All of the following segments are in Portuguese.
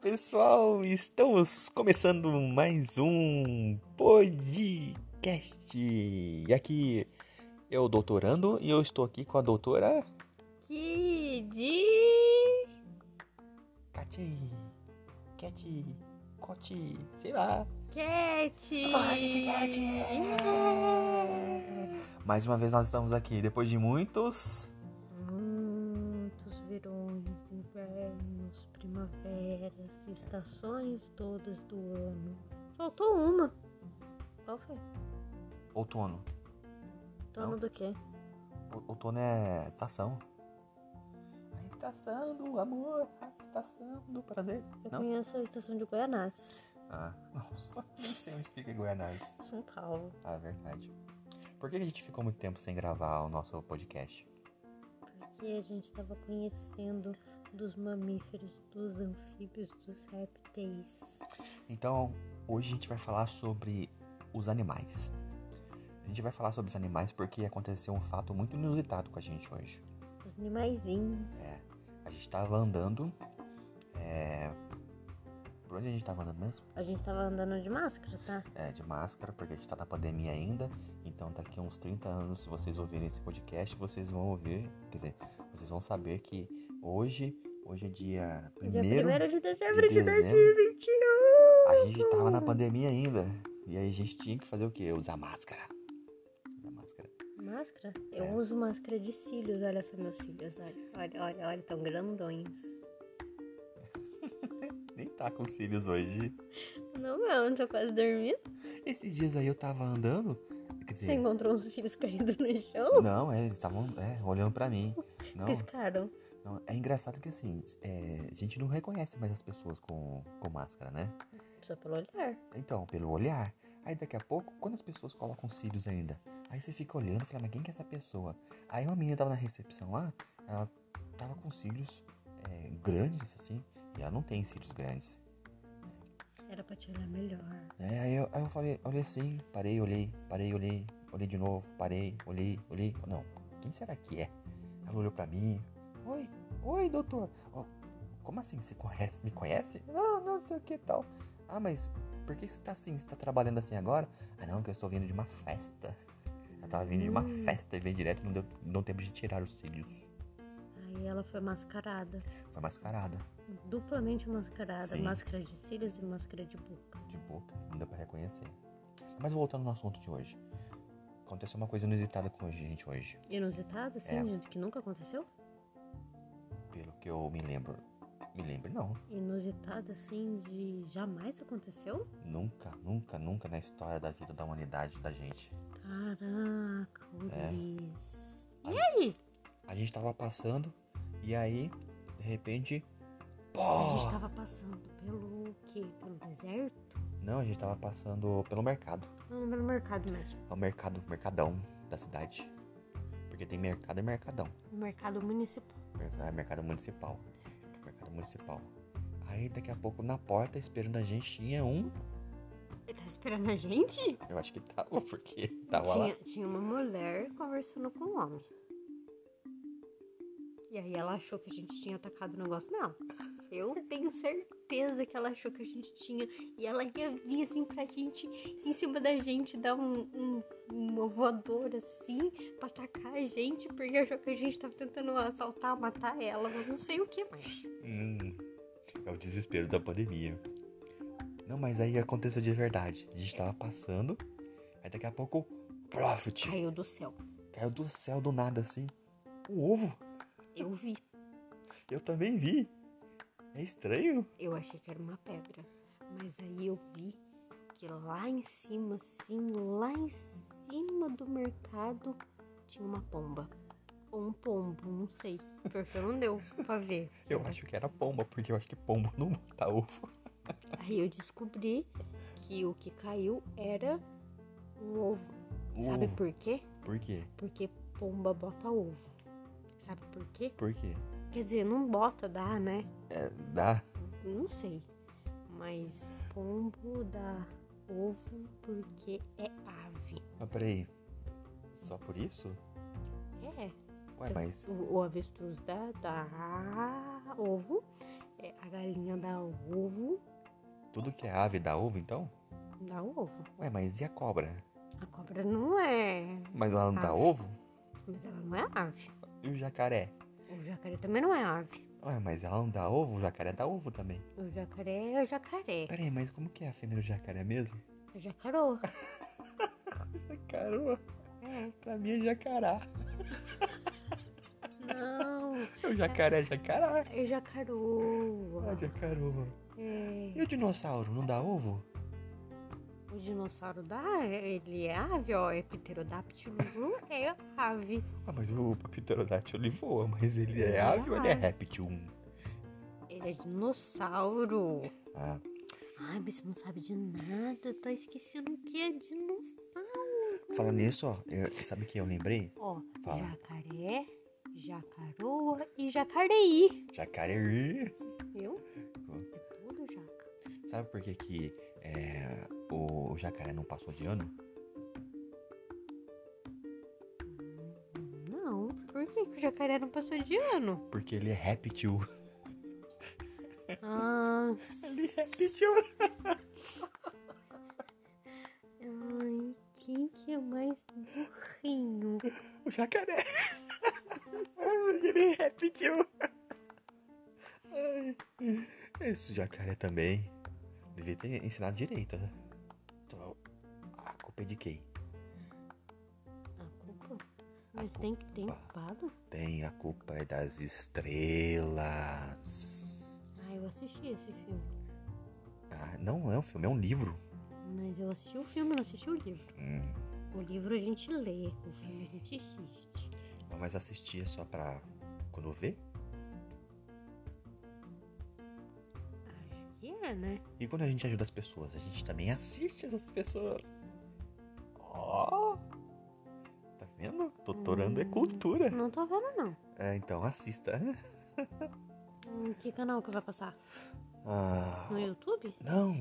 pessoal, estamos começando mais um podcast. E aqui eu, doutorando, e eu estou aqui com a doutora Kid. Cati, Cati, Coti, sei lá. Cat. Cati, Mais uma vez nós estamos aqui, depois de muitos... Muitos verões, invernos, primaveras, estações todas do ano. Faltou uma. Qual foi? Outono. Dono do quê? O- Outono é estação. A estação do amor, a estação do prazer. Eu Não? conheço a estação de Goianás, Ah, nossa, nem sei onde fica Goianás. São Paulo. Ah, verdade. Por que a gente ficou muito tempo sem gravar o nosso podcast? Porque a gente tava conhecendo dos mamíferos, dos anfíbios, dos répteis. Então, hoje a gente vai falar sobre os animais. A gente vai falar sobre os animais porque aconteceu um fato muito inusitado com a gente hoje. Os animaizinhos. A gente tava andando. é, Por onde a gente tava andando mesmo? A gente tava andando de máscara, tá? é, de máscara, porque a gente tá na pandemia ainda. Então, daqui a uns 30 anos, se vocês ouvirem esse podcast, vocês vão ouvir, quer dizer, vocês vão saber que hoje, hoje é dia 1 Dia 1 de dezembro de, de dezembro. 2021. a gente tava na pandemia ainda. E aí a gente tinha que fazer o quê? Usar máscara. Usar máscara. Máscara? Eu É. uso máscara de cílios, olha só meus cílios, olha, olha, olha, olha, tão grandões. Nem tá com cílios hoje. Não, não, tô quase dormindo. Esses dias aí eu tava andando. Quer dizer, Você encontrou uns cílios caídos no chão? não, é, eles estavam é, olhando pra mim. Não, Piscaram. não, é engraçado que assim, é, a gente não reconhece mais as pessoas com, com máscara, né? Só pelo olhar. Então, pelo olhar. Aí daqui a pouco, quando as pessoas colocam cílios ainda, aí você fica olhando e fala, mas quem que é essa pessoa? Aí uma menina tava na recepção lá, ela tava com cílios é, grandes, assim, e ela não tem cílios grandes. Era pra te olhar melhor. né? Aí, eu, aí eu falei, olhei assim, parei, olhei, parei, olhei, olhei de novo, parei, olhei, olhei. Não, quem será que é? Ela olhou pra mim, oi, oi, doutor. Ó, como assim, você conhece, me conhece? Não, não sei o que e tal. Ah, mas por que você tá assim, você tá trabalhando assim agora? Ah, não, que eu estou vindo de uma festa. Ela tava vindo de uma Hum. festa e veio direto, não deu, não deu tempo de tirar os cílios. Aí ela foi mascarada. Foi mascarada, Duplamente mascarada. Sim. Máscara de cílios e máscara de boca. de boca, Tipo, não deu pra reconhecer. Mas voltando no assunto de hoje. Aconteceu uma coisa inusitada com a gente hoje. Inusitado, assim, É. gente, que nunca aconteceu? Pelo que eu me lembro. Me lembro, não. Inusitado, assim, de jamais aconteceu? Nunca, nunca, nunca na história da vida da humanidade da gente. Caraca, É. Ulisses. A gente tava passando e aí, de repente. A gente Pô! tá- tava passando pelo quê? Pelo deserto? Não, a gente tava passando pelo mercado. Não, pelo mercado mesmo. É o mercado, mercadão da cidade. Porque tem mercado e mercadão. O mercado municipal. Merc- É mercado municipal. Mercado municipal. Aí daqui a pouco na porta esperando a gente tinha um. Ele tá esperando a gente? Eu acho que tava, porque tava lá. tinha, tinha uma mulher conversando com um homem. E aí ela achou que a gente tinha atacado o negócio nela. Eu tenho certeza que ela achou que a gente tinha. E ela ia vir assim pra gente, em cima da gente, dar um, um, uma voadora assim, pra atacar a gente, porque achou que a gente tava tentando assaltar, matar ela, mas não sei o que mais. Hum, é o desespero da pandemia. Não, mas aí aconteceu de verdade. A gente tava passando, aí daqui a pouco, profit, Caiu do céu. caiu do céu do nada assim. Um ovo? Eu vi. Eu também vi. É estranho. Eu achei que era uma pedra. Mas aí eu vi que lá em cima, assim, lá em cima do mercado, tinha uma pomba. Ou um pombo, não sei. Porque não deu pra ver. Eu acho que era pomba, porque eu acho que pombo não mata ovo. Aí eu descobri que o que caiu era um ovo. Sabe ovo. por quê? Por quê? Porque pomba bota ovo. Sabe por quê? Por quê? Quer dizer, não bota, dá, né? É, dá. Não sei. Mas pombo dá ovo porque é ave. Mas peraí. Só por isso? É. Ué, mas. O, o avestruz dá, dá ovo. É, a galinha dá ovo, Tudo que é ave dá ovo, então? dá ovo. Ué, mas e a cobra? A cobra não é. Mas ela não dá Ave. ovo? Mas ela não é ave. E o jacaré? O jacaré também não é ave. Ué, mas ela não dá ovo? O jacaré dá ovo também. O jacaré é o jacaré. Pera aí, mas como que é a fêmea do jacaré mesmo? É jacarô. Caramba, É. pra mim é jacará. Não. O jacaré é jacará. É jacaroa. Ah, jacaroa. É. E o dinossauro, não dá ovo? O dinossauro dá, ele é ave, ó. É pterodáctilo, não é ave. Ah, mas o pterodáctilo ele voa, mas ele é ave ou ele é réptil? Ele é dinossauro. Ah, Ai, mas você não sabe de nada. Tá esquecendo o que é dinossauro. falando nisso, ó, eu- sabe o que eu lembrei? Ó, Fala. jacaré, jacaroa e jacareí. Jacaré. Viu? Ó. É tudo jaca. Sabe por que que é, o jacaré não passou de ano? Não, por que, que o jacaré não passou de ano? Porque ele é réptil. Ah, Ele é réptil. ai, quem que é mais burrinho? O jacaré. Porque ele é réptil. Ai, Esse jacaré também. Devia ter ensinado direito, né? Então, a culpa é de quem? A culpa? Mas tem, tem culpa. culpado? Tem a culpa é das estrelas. Ah, eu assisti esse filme. Ah, não é um filme, é um livro. Mas eu assisti o filme, não assisti o livro. Hum, O livro a gente lê, o filme a gente assiste. mas assistia só pra quando vê? Acho que é, né? E quando a gente ajuda as pessoas, a gente também assiste essas pessoas. Ó! tá vendo? Doutorando é Hum. cultura. Não tô vendo, não. É, então assista. Hum, que canal que vai passar? Ah, No YouTube? não,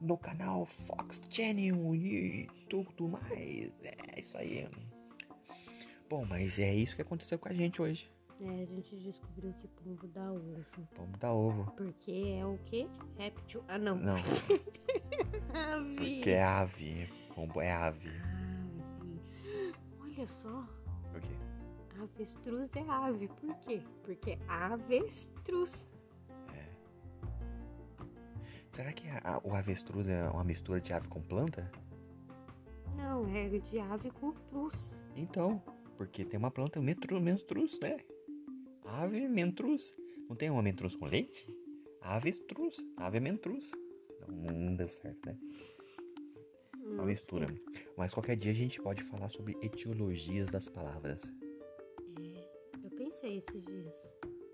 no canal Fox Channel e tudo mais. É isso aí. Bom, mas é isso que aconteceu com a gente hoje. É, a gente descobriu que pombo dá ovo. Vamos dar ovo. Porque é o quê? Réptil. Ah, não. Não, Ave. porque é ave. Pombo é ave. Ave. Olha só. O quê? Avestruz é ave. Por quê? Porque é avestruz. Será que a- a- o avestruz é uma mistura de ave com planta? Não, é de ave com truz. Então, porque tem uma planta mentru, menstruz, né? Ave mentruz. Não tem uma mentruz com leite? Avestruz. Ave mentruz. Não, não deu certo, né? Hum, Uma mistura. Mas qualquer dia a gente pode falar sobre etiologias das palavras. Eu pensei esses dias.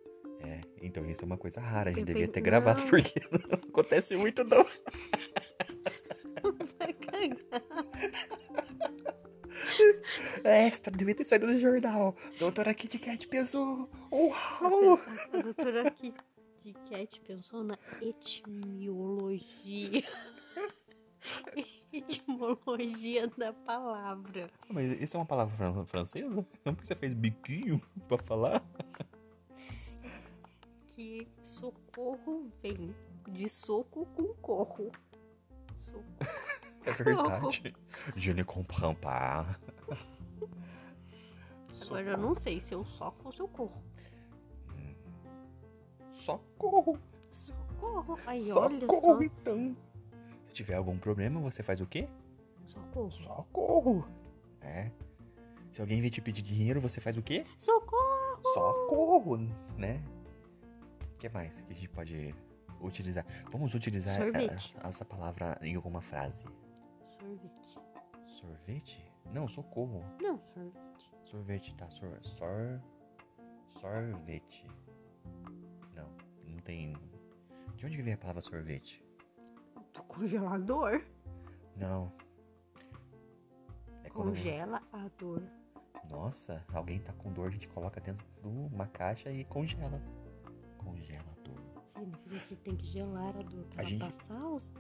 É, então isso é uma coisa rara. A gente Eu devia pen- ter gravado, Não. porque não acontece muito, não. Vai cagar. É Extra, devia ter saído do jornal. Doutora Kit Kat pesou. Uau! A doutora aqui de Cat pensou na etimologia. etimologia da palavra. Mas isso é uma palavra fran- francesa? Não porque você fez biquinho pra falar? que socorro vem de soco com corro. Socorro. É verdade. Je ne comprends pas. Agora eu não sei se eu soco ou se eu corro. Socorro! Socorro. Aí olha Socorro, então! Se tiver algum problema, você faz o quê? só. Socorro. Socorro! É. Se alguém vir te pedir dinheiro, você faz o quê? Socorro. Socorro, né? O que mais que a gente pode utilizar? Vamos utilizar Sorvete. eh, essa palavra em alguma frase. Sorvete. Sorvete? Não, socorro. Não, sorvete. Sorvete, tá? Sor, sor, sorvete. Não, não tem. De onde que vem a palavra sorvete? Do congelador. Não. É quando- Congela a dor. Nossa, alguém tá com dor, a gente coloca dentro de uma caixa e congela. Congela a dor. Significa que tem que gelar a dor A pra ela gente- passar os.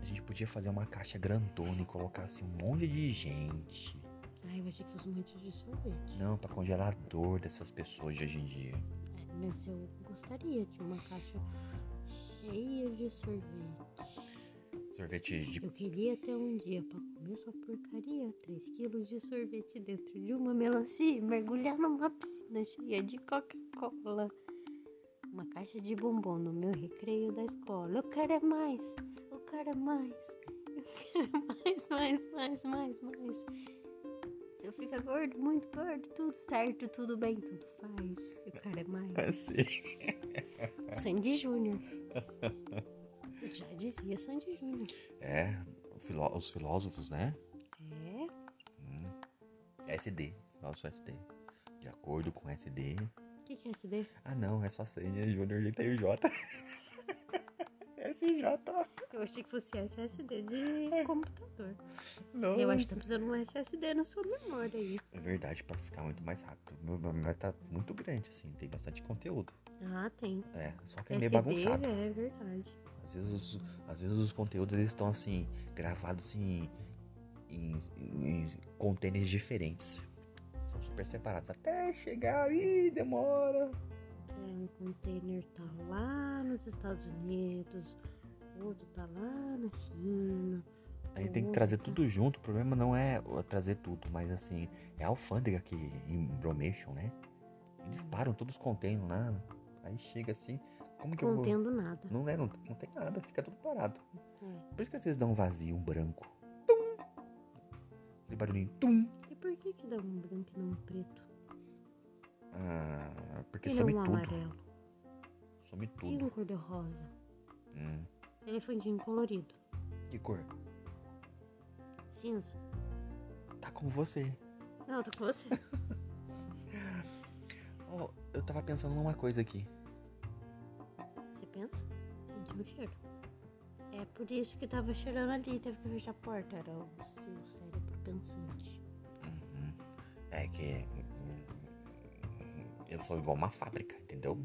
A gente podia fazer uma caixa grandona e colocar assim um monte de gente. Ai, eu achei que fosse um monte de sorvete. Não, pra congelar a dor dessas pessoas de hoje em dia. É, Mas eu gostaria de uma caixa cheia de sorvete. Sorvete de. Eu queria ter um dia pra comer sua porcaria, 3 quilos de sorvete dentro de uma melancia e mergulhar numa piscina cheia de Coca-Cola. Uma caixa de bombom no meu recreio da escola. Eu quero é mais, eu quero é mais, eu quero é mais, mais, mais, mais, mais. Se eu ficar gordo, muito gordo, tudo certo, tudo bem, tudo faz. Eu quero é mais. Sandy Júnior. Eu Já dizia Sandy Júnior. É, o filó- os filósofos, né? É, Hum. SD, nosso SD. De acordo com SD. o que, que é SD? Ah não, é só senha Júnior de J. SJ. Eu achei que fosse SSD de computador. Não. Eu acho que tá precisando de um SSD na sua memória aí. É verdade, pra ficar muito mais rápido. Meu meu tá muito grande, assim, tem bastante conteúdo. Ah, tem. É, só que é meio SD, bagunçado. é verdade. Às vezes os, às vezes os conteúdos eles estão assim, gravados em, em, em containers diferentes. São super separados. Até chegar aí, demora. É, um container tá lá nos Estados Unidos, outro tá lá na China. A gente tem que trazer tudo junto. O problema não é o- trazer tudo, mas assim, é a alfândega que embromation, né? Eles param todos os containers lá. Aí chega assim, como que eu vou. Contendo nada. Não é, não, não tem nada, fica tudo parado. É. Por isso que às vezes dá um vazio, um branco. Tum! Aquele barulhinho, tum! E por que que dá um branco e não um preto? Ah, porque e não some um tudo. amarelo? Some E tudo. um cor-de-rosa? Hum. Elefantinho colorido. Que cor? Cinza. Tá com você. Não, eu tô com você. Ó, Oh, eu tava pensando numa coisa aqui. Você pensa? Sentiu o cheiro. É por isso que tava cheirando ali, teve que fechar a porta. Era o seu cérebro pensante. Uhum. É que. hum, Eu sou igual uma fábrica, entendeu?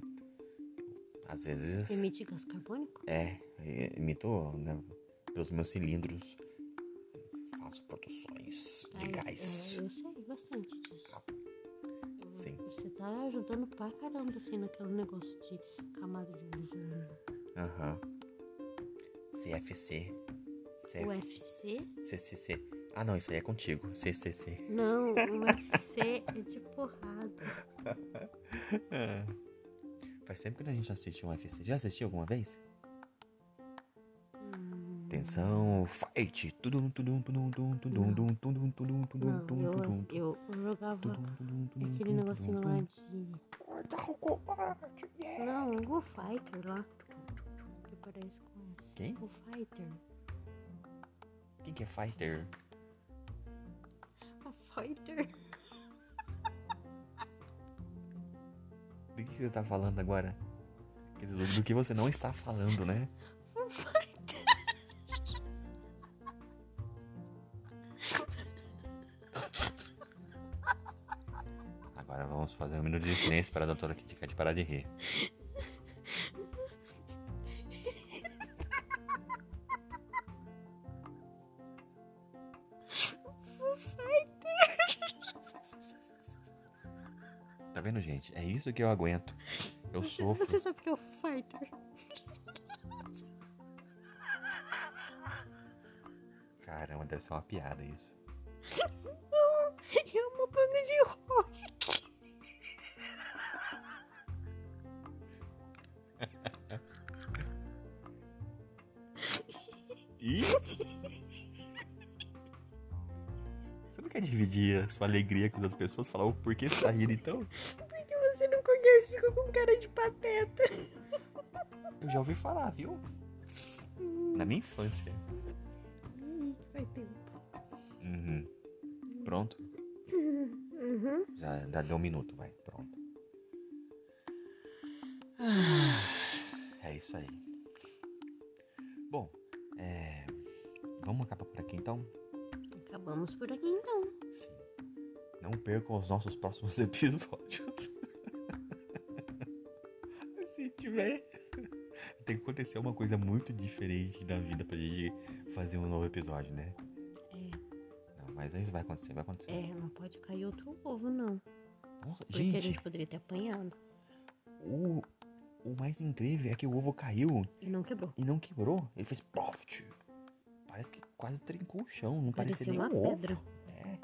Às vezes. Emite gás carbônico? É, é, imito né, pelos meus cilindros. Faço produções de Ah, eu- gás. é, eu sei bastante disso. Eu- Sim. Você tá ajudando pra caramba, assim, naquele negócio de camada de ozônio. Aham. CFC. CF, UFC? CCC. Ah, não, isso aí é contigo. CCC. Não, o UFC é de porrada. Faz tempo que a gente não assiste um UFC. Já assistiu alguma vez? Hum, Tensão, fight! Tudum, tudum, tudum, tudum, tudum, tudum, tudum, tudum, tudum, Não, eu, tudum, tudum, eu, eu jogava tudum, tudum, tudum, aquele tudum, negocinho tudum, lá tudum. de. Mortal Kombat, yeah! Não, o Go Fighter lá. Que parece com esse. Quem? Go Fighter. Quem que é fighter? O Fighter? Do que você tá falando agora? Quer dizer, do que você não está falando, né? O Fighter? Agora vamos fazer um minuto de silêncio para a doutora Kitkat parar de rir. O Fighter? Tá vendo, gente? É isso que eu aguento. Eu sofro. Você sabe o que é o Fighter? Caramba, deve ser uma piada isso. Não, é uma banda de rock. Ih! Você não quer dividir a sua alegria com as outras pessoas? Falar o porquê você tá rindo então? Porque você não conhece, fica com cara de pateta. Eu já ouvi falar, viu? Na minha infância. Ih, que vai tempo. Uhum. Pronto? Uhum. Já, já deu um minuto, vai. Pronto. É isso aí. Bom, é... vamos acabar por aqui então? Acabamos por aqui então. Sim. Não percam os nossos próximos episódios. Se tiver. Tem que acontecer uma coisa muito diferente da vida pra gente fazer um novo episódio, né? É, Não, mas isso vai acontecer, vai acontecer. é, não pode cair outro ovo, não. Nossa, Porque a gente poderia ter apanhado. O, o mais incrível é que o ovo caiu E não quebrou. e não quebrou. Ele fez profit. Parece que quase trincou o chão. Não parecia, Parecia uma nem um ovo. pedra. É.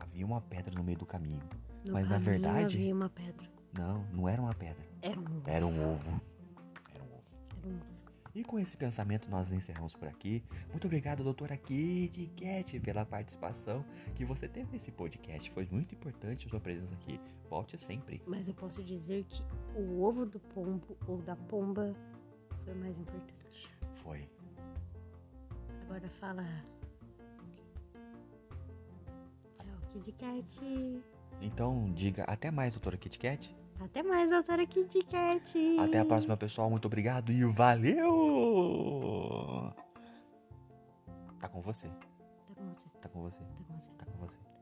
Havia uma pedra no meio do caminho. No Mas, na caminho verdade- havia uma pedra. Não, não era uma pedra. Era um ovo. Era um ovo. Era um ovo. Era um ovo. E com esse pensamento nós encerramos por aqui. Muito obrigado, doutora Kid Cat, pela participação que você teve nesse podcast. Foi muito importante a sua presença aqui. Volte sempre. Mas eu posso dizer que o ovo do pombo ou da pomba foi mais importante. Foi. Agora fala. Tchau, Kid Kat. Então, diga até mais, doutora Kit Kat. Até mais, doutora Kid Kat. Até a próxima, pessoal. Muito obrigado e valeu! Tá com você. Tá Tá com você, com você. tá com você. Tá com você.